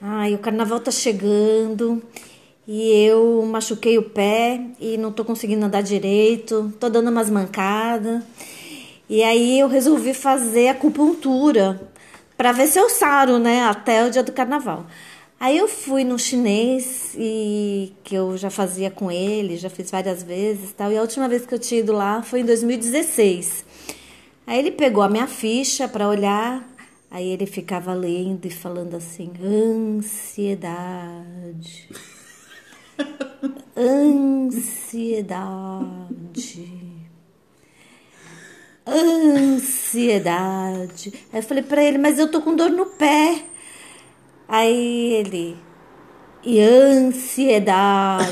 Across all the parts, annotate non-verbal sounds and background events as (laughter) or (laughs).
Ai, o carnaval tá chegando e eu machuquei o pé e não tô conseguindo andar direito, tô dando umas mancadas. E aí eu resolvi fazer acupuntura para ver se eu saro, né, até o dia do carnaval. Aí eu fui no chinês e que eu já fazia com ele, já fiz várias vezes, tal. E a última vez que eu tinha ido lá foi em 2016. Aí ele pegou a minha ficha para olhar, aí ele ficava lendo e falando assim: ansiedade. Ansiedade. Ansiedade. Aí eu falei para ele: "Mas eu tô com dor no pé". Aí ele: "E ansiedade".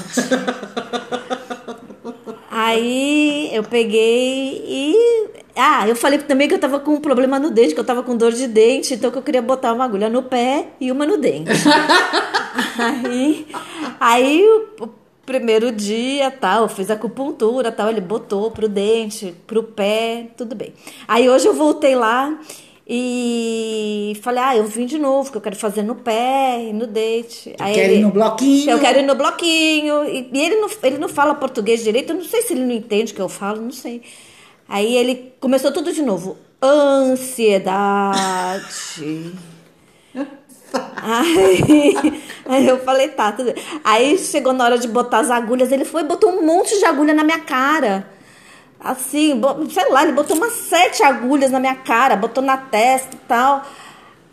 Aí eu peguei e ah, eu falei também que eu tava com um problema no dente, que eu tava com dor de dente, então que eu queria botar uma agulha no pé e uma no (laughs) dente. aí, aí o, o primeiro dia, tal, eu fiz acupuntura, tal, ele botou pro dente, pro pé, tudo bem. Aí hoje eu voltei lá e falei, ah, eu vim de novo, que eu quero fazer no pé e no dente. Eu quero ir no bloquinho. Eu quero ir no bloquinho. E, e ele, não, ele não fala português direito, eu não sei se ele não entende o que eu falo, não sei. Aí ele começou tudo de novo. Ansiedade. aí, (laughs) aí eu falei, tá, tudo bem. Aí chegou na hora de botar as agulhas, ele foi e botou um monte de agulha na minha cara. Assim, sei lá, ele botou umas sete agulhas na minha cara, botou na testa e tal.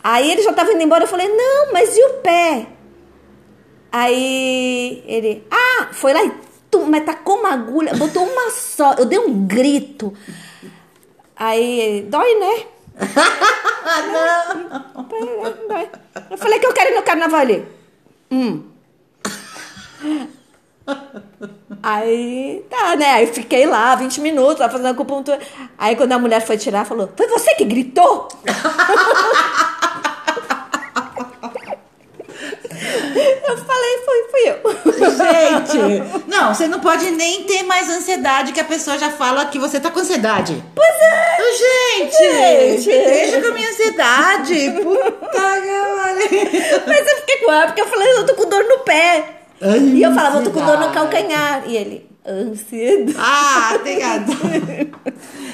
Aí ele já tava indo embora, eu falei, não, mas e o pé? Aí ele, ah, foi lá e mas tacou uma agulha, botou uma só. Eu dei um grito. Aí, dói, né? não. Dói. Eu falei que eu quero ir no carnaval ali. Hum. Aí, tá, né? Aí fiquei lá 20 minutos, lá fazendo acupuntura. Aí quando a mulher foi tirar, falou: Foi você que gritou? Eu falei, foi, fui eu. Gente, (laughs) não, você não pode nem ter mais ansiedade que a pessoa já fala que você tá com ansiedade. Pois é! Gente, Gente. me deixa com a minha ansiedade. Puta que Mas eu fiquei com ar, porque eu falei, eu tô com dor no pé. pariu. E eu falava, eu tô com dor no Ansiedade. calcanhar. E ele, ansiedade. Ah, obrigada.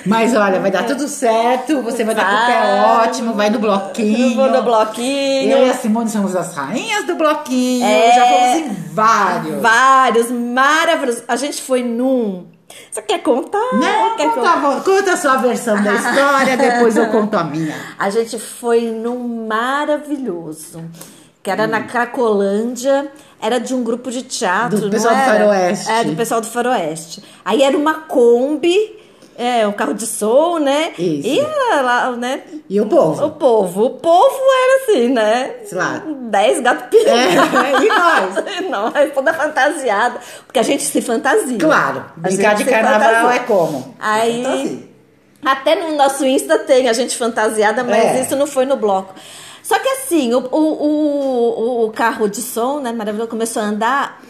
Mas olha, vai dar tudo certo. Você vai, dar com o pé Vai. ótimo, vai no bloquinho. Eu vou no Eu e bloquinho. a Simone somos as rainhas do bloquinho. É. Já fomos em vários. Vários, maravilhosos. A gente foi num. Você quer contar? Não, quer Né? conta, vo- conta a sua versão (laughs) da história, depois eu conto a minha. A gente foi num maravilhoso, que era na Cracolândia, era de um grupo de teatro. Hum. Do não pessoal do era? Faroeste. É, do pessoal do Faroeste. Aí era uma Kombi, é, um carro de som, né? Isso. E era lá, né? E o povo? O povo. O povo era assim, né? Sei lá. Dez gatos pingados. É, (laughs) e nós? (laughs) E nós, toda fantasiada. Porque a gente se fantasia. Claro, A gente brincar de se carnaval fantasia. é como? "Tá Então, assim, Aí. Fantasia. (laughs) Até no nosso Insta tem a gente fantasiada, mas É. isso não foi no bloco. Só que assim, o, o, o, o carro de som, né, maravilhoso, começou a andar.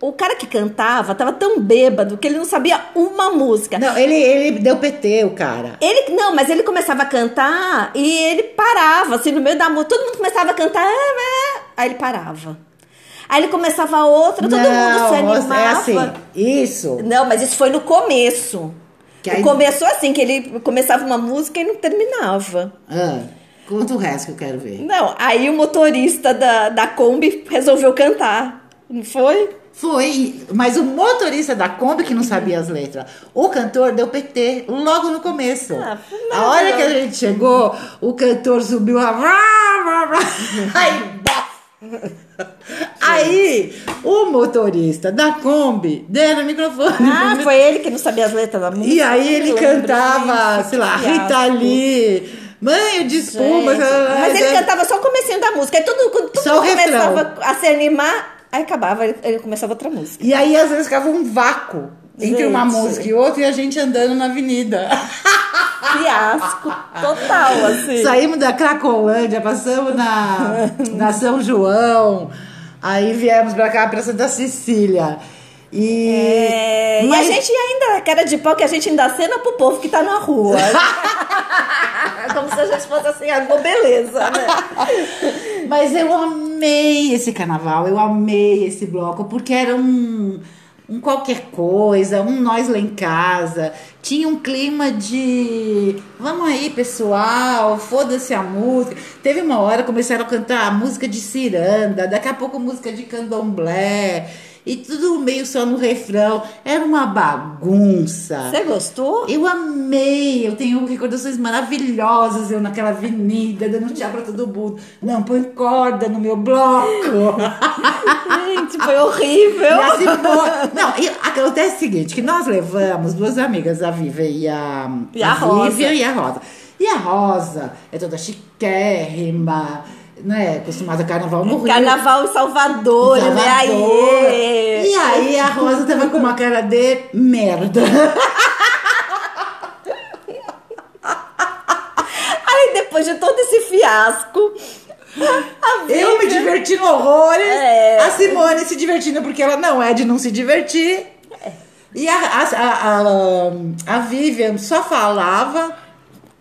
O, o cara que cantava tava tão bêbado que ele não sabia uma música. Não, ele, ele deu PT, o cara. Ele, não, mas ele começava a cantar e ele parava, assim, no meio da música. Todo mundo começava a cantar, "Ah, ah", aí ele parava. Aí ele começava outra, Então todo mundo se Não, animava. é assim, isso. Não, mas isso foi no começo. Que aí- Começou assim, que ele começava uma música e não terminava. Ah, conta o resto que eu quero ver. Não, aí o motorista da, da Kombi resolveu cantar, não foi? Foi, mas o motorista da Kombi que não sabia as letras. O cantor deu PT logo no começo. Ah, a hora que a gente chegou, o cantor subiu a. (laughs) Aí, bá! Aí, o motorista da Kombi deram o microfone. Ah, foi ele que não sabia as letras da música. E aí ele eu lembro, cantava, gente, sei lá, que fiasco. Rita Lee, Mãe de Gente, Espuma. Mas ele cantava só o comecinho da música. Aí todo, quando todo né? Só o mundo refrão. começava a se animar, aí acabava, ele, ele começava outra música. E aí, às vezes, ficava um vácuo entre uma Gente. música e outra e a gente andando na avenida. Fiasco total, assim. Saímos da Cracolândia, passamos (laughs) na, na São João, aí viemos pra cá, pra Santa Cecília. E, É, mas- E a gente ainda, cara de pau, que a gente ainda cena pro povo que tá na (laughs) rua. Como se a gente fosse assim, ah, bom, beleza, né? mas eu amei amei esse carnaval, eu amei esse bloco, porque era um, um qualquer coisa, um nós lá em casa. Tinha um clima de vamos aí, pessoal, foda-se a música. Teve uma hora começaram a cantar a música de ciranda, daqui a pouco música de candomblé. E tudo meio só no refrão. Era uma bagunça. Você gostou? Eu amei, eu tenho recordações maravilhosas, eu naquela avenida, dando tchau pra todo mundo. Não, põe corda no (laughs) meu bloco. Gente, foi horrível. E assim, pô- Não, e acontece o seguinte, que nós levamos duas amigas, a Viva e a, E a Rosa. Vivian e a Rosa. E a Rosa é toda chiquérrima, né, acostumada a carnaval no Rio. Carnaval em Salvador, né? Salvador. Aí. E aí a Rosa tava com uma cara de merda. Aí depois de todo esse fiasco, a vida. Eu me divertindo horrores. É. A Simone se divertindo porque ela não é de não se divertir. E a, a, a, a, a Vivian só falava.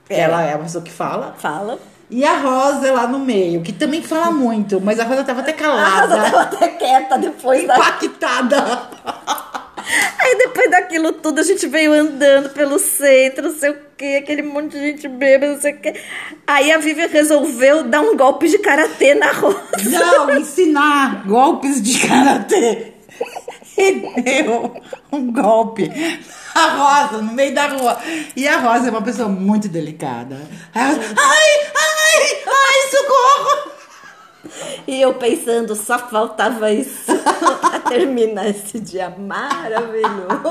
Ela é a pessoa que fala. Fala. E a Rosa lá no meio, que também fala muito, mas a Rosa tava até A Rosa calada, tava até quieta depois da... impactada. Aí depois daquilo tudo, a gente veio andando pelo centro, não sei o que, aquele monte de gente bêbada, não sei o que. Aí a Vivian resolveu dar um golpe de karatê na Rosa. Não, ensinar golpes de karatê. E deu um golpe. A Rosa, no meio da rua. E a Rosa é uma pessoa muito delicada. Aí ela, ai, ai, (laughs) ai, socorro! E eu pensando, só faltava isso pra terminar esse dia maravilhoso.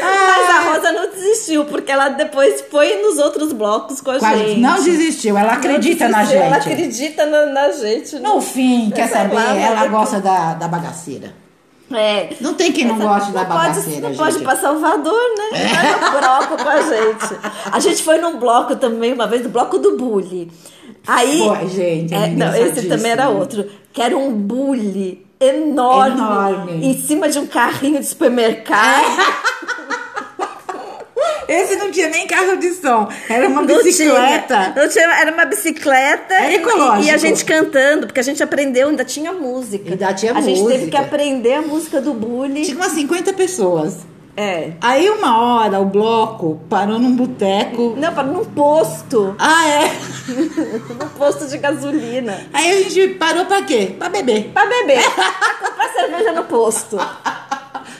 Mas É. a Rosa não desistiu, porque ela depois foi nos outros blocos com a Quase gente. não desistiu, ela acredita na desistiu, Ela gente. acredita na, na gente. né? No fim, quer Essa saber, palavra é ela que- gosta da, da bagaceira. É. Não tem quem não goste da pode, bagaceira, não gente. É. pode ir pra Salvador, né? Vai no bloco com a gente. A gente foi num bloco também, uma vez, no bloco do bully. Aí. Foi, gente, era É, não, esse engraçadíssimo. também era outro. Que era um bully enorme, Enorme. É, em cima de um carrinho de supermercado. Esse não tinha nem carro de som, era uma Não bicicleta. tinha- não tinha- era uma bicicleta Era e- ecológico. e a gente cantando, porque a gente aprendeu, ainda tinha música. Ainda tinha a gente teve música. que aprender a música do bully. Tinha umas 50 pessoas. É. Aí uma hora o bloco parou num boteco. Não, para num posto, Ah, é? num posto de gasolina. Aí a gente parou pra quê? Pra beber. Pra beber. pra (laughs) comprar cerveja no posto.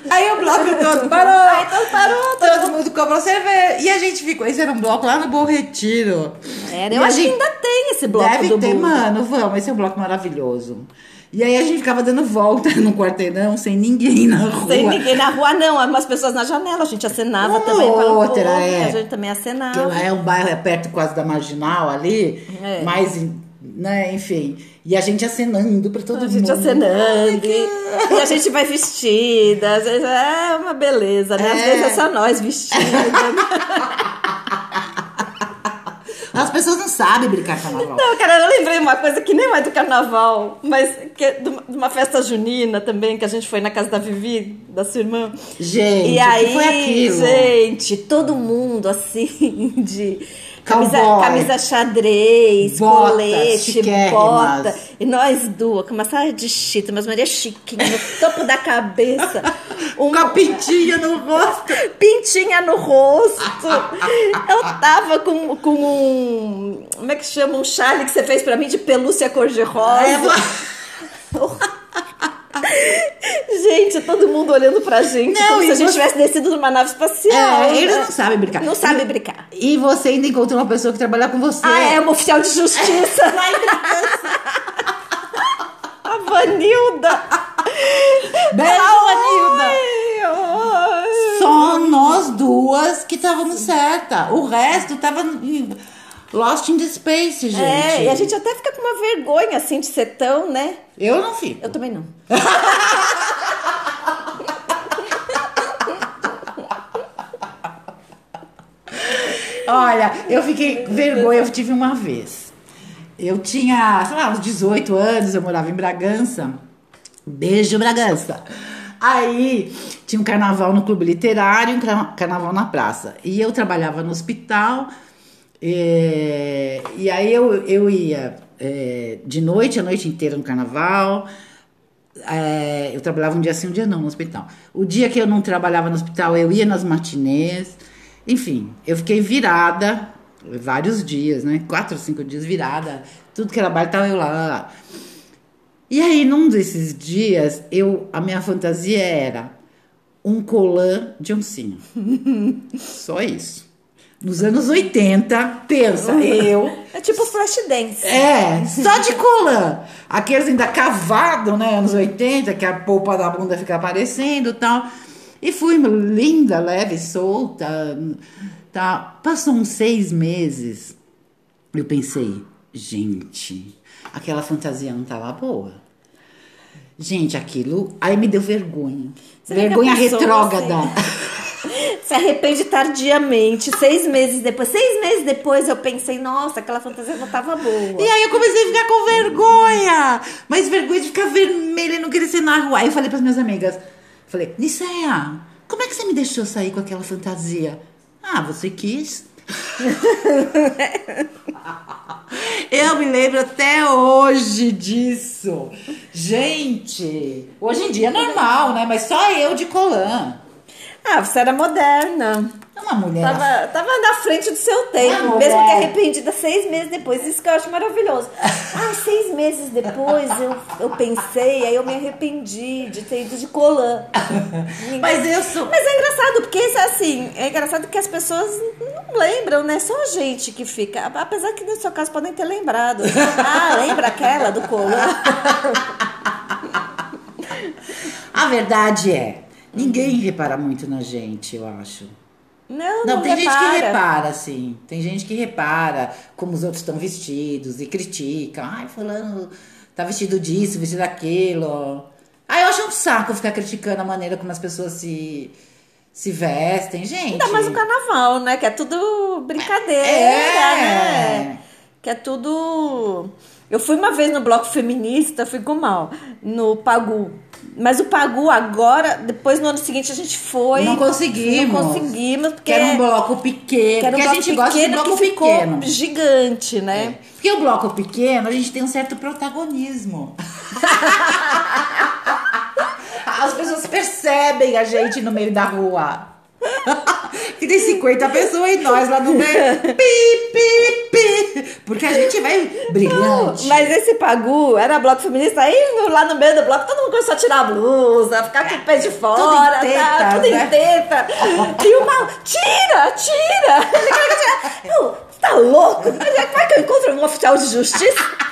Aí o (laughs) bloco todo parou. Aí todo parou, Todo mundo comprou cerveja. E a gente ficou. Esse era um bloco lá no Bom Retiro. Era, E eu a acho que gente- ainda tem esse bloco Deve do ter, mundo. mano. Vamos, esse é um bloco maravilhoso. E aí a gente ficava dando volta (laughs) no quarteirão sem ninguém na rua. Sem ninguém na rua, não. Umas pessoas na janela, a gente acenava Uma também. pra outra, povo, é. A gente também Que acenava. lá é um bairro é perto quase da marginal ali, É. mas né, enfim. E a gente acenando pra todo A mundo. gente acenando. E e a gente vai vestida. às vezes é uma beleza, né? Às É. vezes é só nós (laughs) vestidas. As pessoas não sabem brincar carnaval. Não, cara, eu lembrei uma coisa que nem é do carnaval, mas que é de uma- de uma festa junina também, que a gente foi na casa da Vivi, da sua irmã. Gente, e o que aí, foi aquilo? gente, todo mundo assim, (laughs) de camisa, Cowboy. camisa xadrez, Botas, colete, chiquérrimas. bota. E nós duas, com uma saia de chita, mas Maria chiquinha, no topo da (laughs) cabeça, um Com a uma pintinha no rosto. pintinha no rosto. Eu tava com, com um. Como é que chama? Um chale que você fez pra mim de pelúcia cor-de-rosa. Gente, todo mundo olhando pra gente Não, como e se a gente você- tivesse descido numa nave espacial. É, eles né? não sabem brincar. Não sabem brincar. E você ainda encontrou uma pessoa que trabalha com você. Ah, é uma oficial de justiça. É, (laughs) a Vanilda. Beijo, Vanilda. Ai, ai. Só nós duas que estávamos certa. O resto tava em- lost in the space, gente. É, e a gente até fica com uma vergonha, assim, de ser tão, né? Eu não fico. Eu também não. Olha, eu fiquei com vergonha, eu tive uma vez. Eu tinha, sei lá, uns 18 anos, eu morava em Bragança. Beijo, Bragança. Aí tinha um carnaval no clube literário, um car- carnaval na praça. E é, eu trabalhava no hospital. eh, E, aí eu, eu ia. é, de noite, a noite inteira no carnaval. É, eu trabalhava um dia sim, um dia não no hospital. O dia que eu não trabalhava no hospital, eu ia nas matinês. Enfim, eu fiquei virada vários dias, né? Quatro, cinco dias virada. Tudo que era baile, tava eu lá, lá, lá. E aí, num desses dias, eu a minha fantasia era um colã de oncinha. Só isso. Nos anos 80, pensa, eu É tipo Flashdance. é, só de colã. Aqueles ainda cavado, né? Anos 80, que a polpa da bunda fica aparecendo e tal. E fui linda, leve, solta. Tá. Passou uns seis meses. Eu pensei, gente, aquela fantasia não tava boa. Gente, aquilo. Aí me deu vergonha. Será que a vergonha pessoa, retrógrada. Se arrepende tardiamente. Seis meses depois. Seis meses depois eu pensei, nossa, aquela fantasia não tava boa. E aí eu comecei a ficar com vergonha. Mas vergonha de ficar vermelha e não querer ser na rua. Aí eu falei pras minhas amigas. Falei, Nisseia, como é que você me deixou sair com aquela fantasia? Ah, você quis. (laughs) eu me lembro até hoje disso. Gente, hoje em dia é normal, né? Mas só eu de colã. É Ah, você era moderna. Uma mulher Tava, tava na frente do seu Ah, tempo, mulher. mesmo que arrependida seis meses depois. Isso que eu acho (laughs) maravilhoso. Ah, seis meses depois eu, eu pensei, aí eu me arrependi de ter ido de (laughs) colã. Mas eu sou- Mas é engraçado, porque isso é assim, é engraçado que as pessoas não lembram, né? Só a gente que fica. Apesar que no seu caso podem ter (laughs) lembrado. Ah, lembra aquela do colã? A verdade é, ninguém repara muito na gente, eu acho. Não, não, Não, tem gente que repara. repara, assim. Tem gente que repara como os outros estão vestidos e critica. Ai, fulano tá vestido disso, vestido daquilo. Ai, eu acho um saco ficar criticando a maneira como as pessoas se, se vestem, gente. Ainda mais o carnaval, né? Que é tudo brincadeira, É. né? Que é tudo. Eu fui uma vez no bloco feminista, ficou mal, no Pagu. Mas o Pagu agora, depois no ano seguinte a gente foi. Não conseguimos. Não conseguimos, porque Quero um bloco pequeno. que era é um porque bloco a gente gosta de pequeno bloco que ficou pequeno. gigante, né? Porque o bloco pequeno, a gente tem um certo protagonismo. (laughs) As pessoas percebem a gente no meio da rua. (laughs) Que tem 50 pessoas e nós lá no meio. Pi, pi, pi. Porque a gente vai brilhante. Mas esse Pagu era bloco feminista, aí no- lá no meio do bloco todo mundo começou a tirar a blusa, ficar com o pé de fora, Tudo em tá, teta, tudo em né? teta. E o mal, tira, tira! (laughs) Ele queria tirar. Eu, tá louco? Ele é, Como é que eu encontro um oficial de justiça?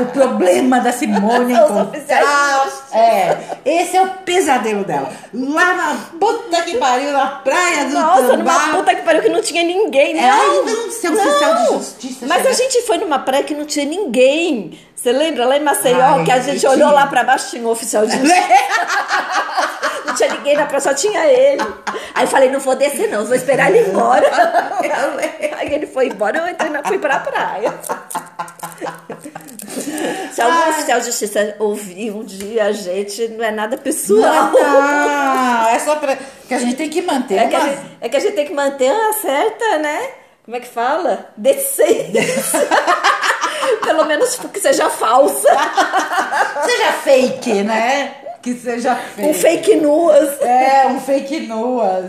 O problema da Simone é Os encontrar- oficiais de justiça. É, esse é o pesadelo dela. Lá na puta que pariu, na praia do Nossa, numa Tambá. puta que pariu que não tinha ninguém, É, não. ai, não, se é um oficial de justiça, Mas a chega. gente foi numa praia que não tinha ninguém. Você lembra lá em Maceió Ai, É. que a gente eu olhou tinha. lá pra baixo tinha um oficial de justiça? (laughs) não tinha ninguém na praia, só tinha ele. Aí eu falei, não vou descer não, vou esperar ele ir (laughs) embora. Aí ele foi embora, eu entrei na, fui pra praia. Se algum Ai. oficial de justiça ouvir um dia a gente, não é nada pessoal. Não, não, é só pra... que a gente tem que manter. É que, a uma- gente, é que a gente tem que manter a certa, né? Como é que fala? Decência. (laughs) Pelo menos tipo, que seja falsa. Seja fake, né? Que seja fake. Um fake news. É, um fake nuas.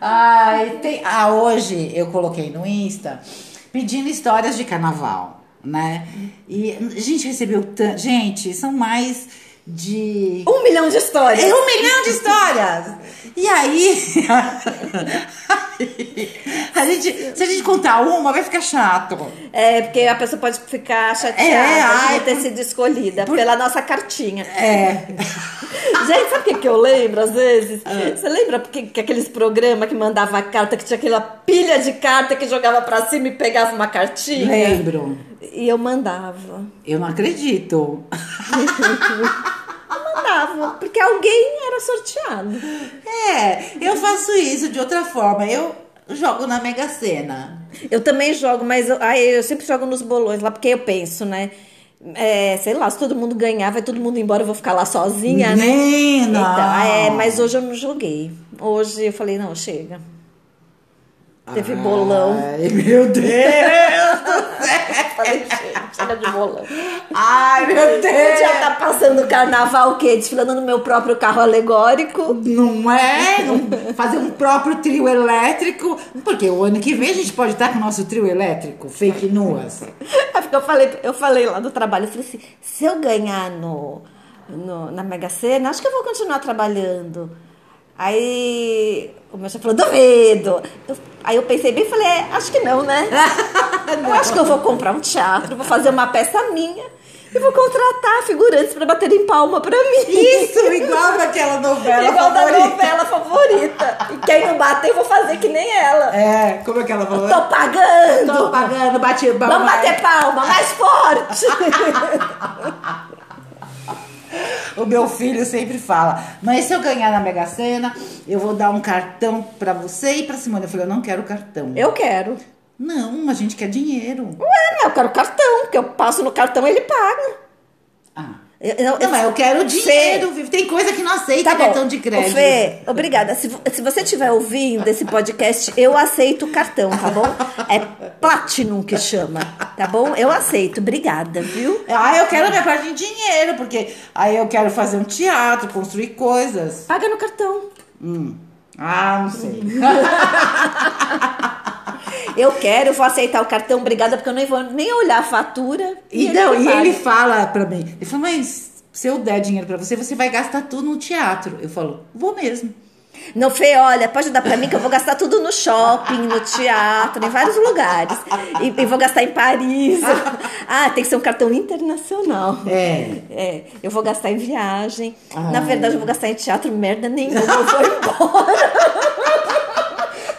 Ai, tem... Ah, hoje eu coloquei no Insta pedindo histórias de carnaval, né? E a gente recebeu tanto... Gente, são mais de... Um milhão de histórias. É um milhão de histórias! E aí... (laughs) a gente, se a gente contar uma, vai ficar chato. É, porque a pessoa pode ficar chateada É, de ai, não ter por- sido escolhida pela nossa cartinha. É. (laughs) Gente, sabe o que, que eu lembro às vezes? Ah. Você lembra que, que aqueles programas que mandava carta, que tinha aquela pilha de carta que jogava pra cima e pegava uma cartinha? Lembro. E eu mandava. Eu não acredito. Mandava, porque alguém era sorteado. É, eu faço isso de outra forma. Eu jogo na Mega Sena. Eu também jogo, mas eu, ai, eu sempre jogo nos bolões lá, porque eu penso, né? É, sei lá, se todo mundo ganhar, vai todo mundo embora, eu vou ficar lá sozinha, né? Menina! Então, é, mas hoje eu não joguei. Hoje eu falei, não, Ah. chega. Teve bolão. Ai, meu Deus do céu! (laughs) Falei, gente, olha de volante. Ai, meu Eu já Deus! tá passando o carnaval o quê? Desfilando no meu próprio carro alegórico. Não é? Não- fazer um próprio trio elétrico. Porque o ano que vem a gente pode estar com o nosso trio elétrico, fake (laughs) nuas. Aí porque eu falei, eu falei lá do trabalho, eu falei assim, se eu ganhar no, no- na Mega Sena, acho que eu vou continuar trabalhando. Aí o meu chefe falou, duvido. Eu- aí eu pensei bem e falei, é, acho que não, (laughs) né? Eu acho que eu vou comprar um teatro, vou fazer uma peça minha e vou contratar figurantes pra baterem palma pra mim. (laughs) Isso, igual daquela novela. Igual da favorita. novela favorita. E quem não bater, eu vou fazer que nem ela. É, como é que ela falou? Tô pagando! Tô pagando, bate Vamos bater palma, mais forte! (laughs) O meu filho sempre fala: Mãe, se eu ganhar na Mega Sena, eu vou dar um cartão pra você e pra Simone. Eu falei: Eu não quero cartão. Eu Uh! quero. Não, a gente quer dinheiro. Ué, mas eu quero cartão, porque eu passo no cartão e ele paga. Ah. Eu, eu, Não, mas eu quero Fê, dinheiro. Vivi. Tem coisa que não aceita Tá bom. cartão de crédito. Ô, Fê, obrigada. Se, vo- se você estiver ouvindo esse podcast, eu aceito o cartão, tá bom? É Platinum que chama, tá bom? Eu aceito. Obrigada, viu? Ah, eu quero a minha parte de dinheiro, porque aí eu quero fazer um teatro, construir coisas. Paga no cartão. Ah, não sei. Hum. Eu quero, eu vou aceitar o cartão, obrigada, porque eu nem vou nem olhar a fatura. (laughs) E, não, que e paga. ele fala pra mim, ele fala, mas se eu der dinheiro pra você, você vai gastar tudo no teatro. Eu falo, vou mesmo. Não, Fê, olha, pode dar pra mim que eu vou gastar tudo no shopping, no teatro, em vários lugares. E, e vou gastar em Paris. (laughs) Ah, tem que ser um cartão internacional. É. É, eu vou gastar em viagem. Ai. Na verdade, eu vou gastar em teatro, merda nenhuma. Eu vou (laughs) embora.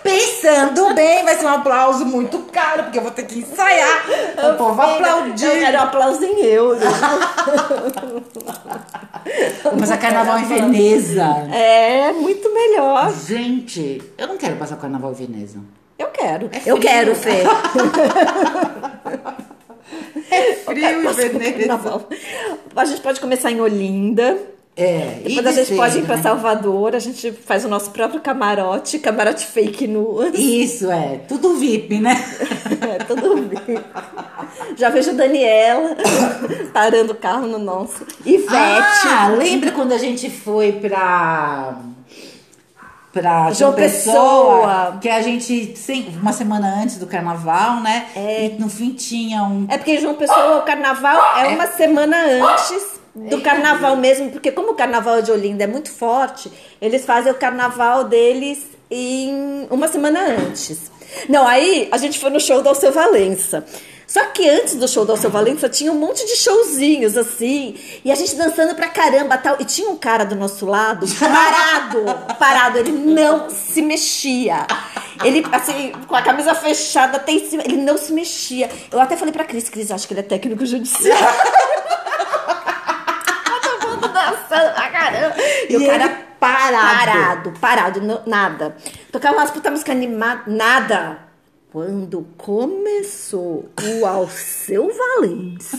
Pensando bem, vai ser um aplauso muito caro, porque eu vou ter que ensaiar. O povo Eu aplaudir. quero aplauso em euro. Vamos passar carnaval em Veneza. É, muito melhor. Gente, eu não quero passar carnaval em Veneza. Eu quero. É eu frio. quero, Fê. É frio em (laughs) Veneza. Carnaval. Tá A gente pode começar em Olinda. É, e Depois a gente descendo, pode ir pra né? Salvador, a gente faz o nosso próprio camarote, camarote fake nu. (laughs) Isso, é. Tudo VIP, né? É, tudo bem. Já vejo a Daniela (laughs) parando o carro no nosso. Ivete. Ah, lembra quando a gente foi pra. Pra João, João Pessoa, Pessoa. Que a gente, sem, uma semana antes do carnaval, né? É. E no fim tinha um. É porque João Pessoa, o carnaval é uma semana antes do carnaval mesmo, porque como o carnaval de Olinda é muito forte, eles fazem o carnaval deles em uma semana antes. Não, aí a gente foi no show do Alceu Valença. Só que antes do show do Alceu Valença tinha um monte de showzinhos assim, e a gente dançando pra caramba tal. E tinha um cara do nosso lado parado, (laughs) parado, ele não se mexia. Ele, assim, com a camisa fechada até em cima, ele não se mexia. Eu até falei pra Cris, Cris, acho que ele é técnico judicial. Todo mundo dançando pra caramba. (laughs) E, o E cara ele parado. parado, parado, no- nada. Tocava umas puta música animada, nada. Quando começou o Alceu Valença,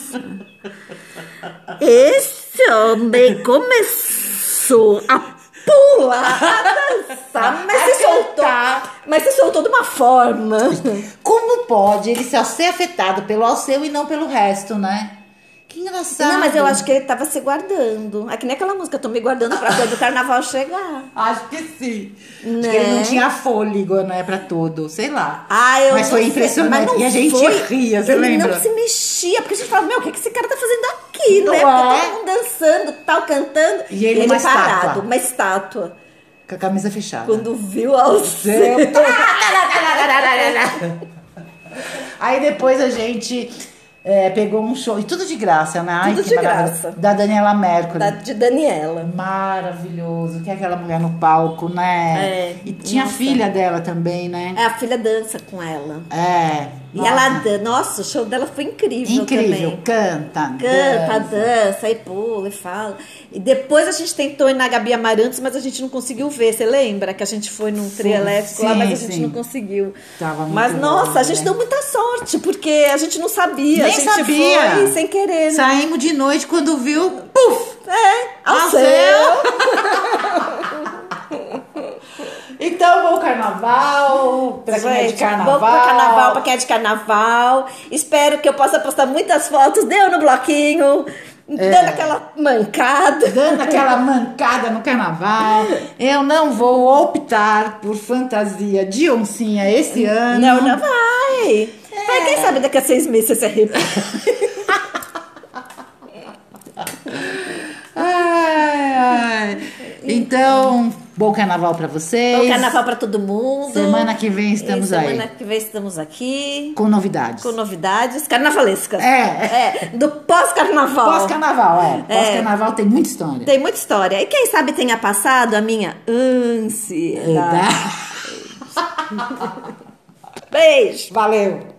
esse homem começou a pular, a dançar, Tá, mas se soltou. Mas se soltou de uma forma. Como pode ele só ser afetado pelo Alceu e não pelo resto, né? Que engraçado. Não, mas eu acho que ele tava se guardando. É que nem aquela música, tô me guardando pra quando o carnaval chegar. Acho que sim. Acho que ele não tinha fôlego, né? Pra tudo, sei lá. Ah, eu Mas não foi sei, impressionante. mas não E a gente foi- ria, você ele lembra? não se mexia, porque a gente falava, meu, o que que esse cara tá fazendo aqui, né? Não Porque é? todo mundo dançando, tal, cantando. E ele uma parado, estátua. uma estátua. Com a camisa fechada. Quando viu ao céu. Aí depois a gente é, pegou um show. E tudo de graça, né? Ai, Tudo que de maravilha. graça. Da Daniela Mercury. da- de Daniela. Maravilhoso. Que é aquela mulher no palco, né? É, E tinha nossa. a filha dela também, né? É, A filha dança com ela. É. E nossa. ela dan- Nossa, o show dela foi incrível, Incrível. também. Canta. Canta, dança. dança, e pula, e fala. E depois a gente tentou ir na Gabi Amarantos, mas a gente não conseguiu ver. Você lembra que a gente foi num trio Sim, elétrico lá, sim, mas a gente sim. não conseguiu. Tava muito mas, nossa, bom, a gente né? deu muita sorte, porque a gente não sabia. a Nem gente sabia. foi sem querer. né? Saímos de noite quando viu. Puf! É, ao Alceu. céu. (laughs) Então, bom carnaval, pra quem é de Gente, carnaval. Vamos pra carnaval, pra quem é de carnaval. Espero que eu possa postar muitas fotos, deu no bloquinho, É. dando aquela mancada. dando aquela mancada no carnaval. Eu não vou optar por fantasia de oncinha esse ano. Não, não vai. Vai, É. quem sabe daqui a seis meses você se arrepende. Ai, ai. Então, bom carnaval pra vocês. Bom É carnaval pra todo mundo. Semana que vem estamos E aí. Semana que vem estamos aqui Com novidades. com novidades carnavalescas. É. É, do pós-carnaval. Pós-carnaval, é. Pós-carnaval tem muita história. Tem muita história. E quem sabe tenha passado a minha ansiedade. Tá? Beijo! Valeu.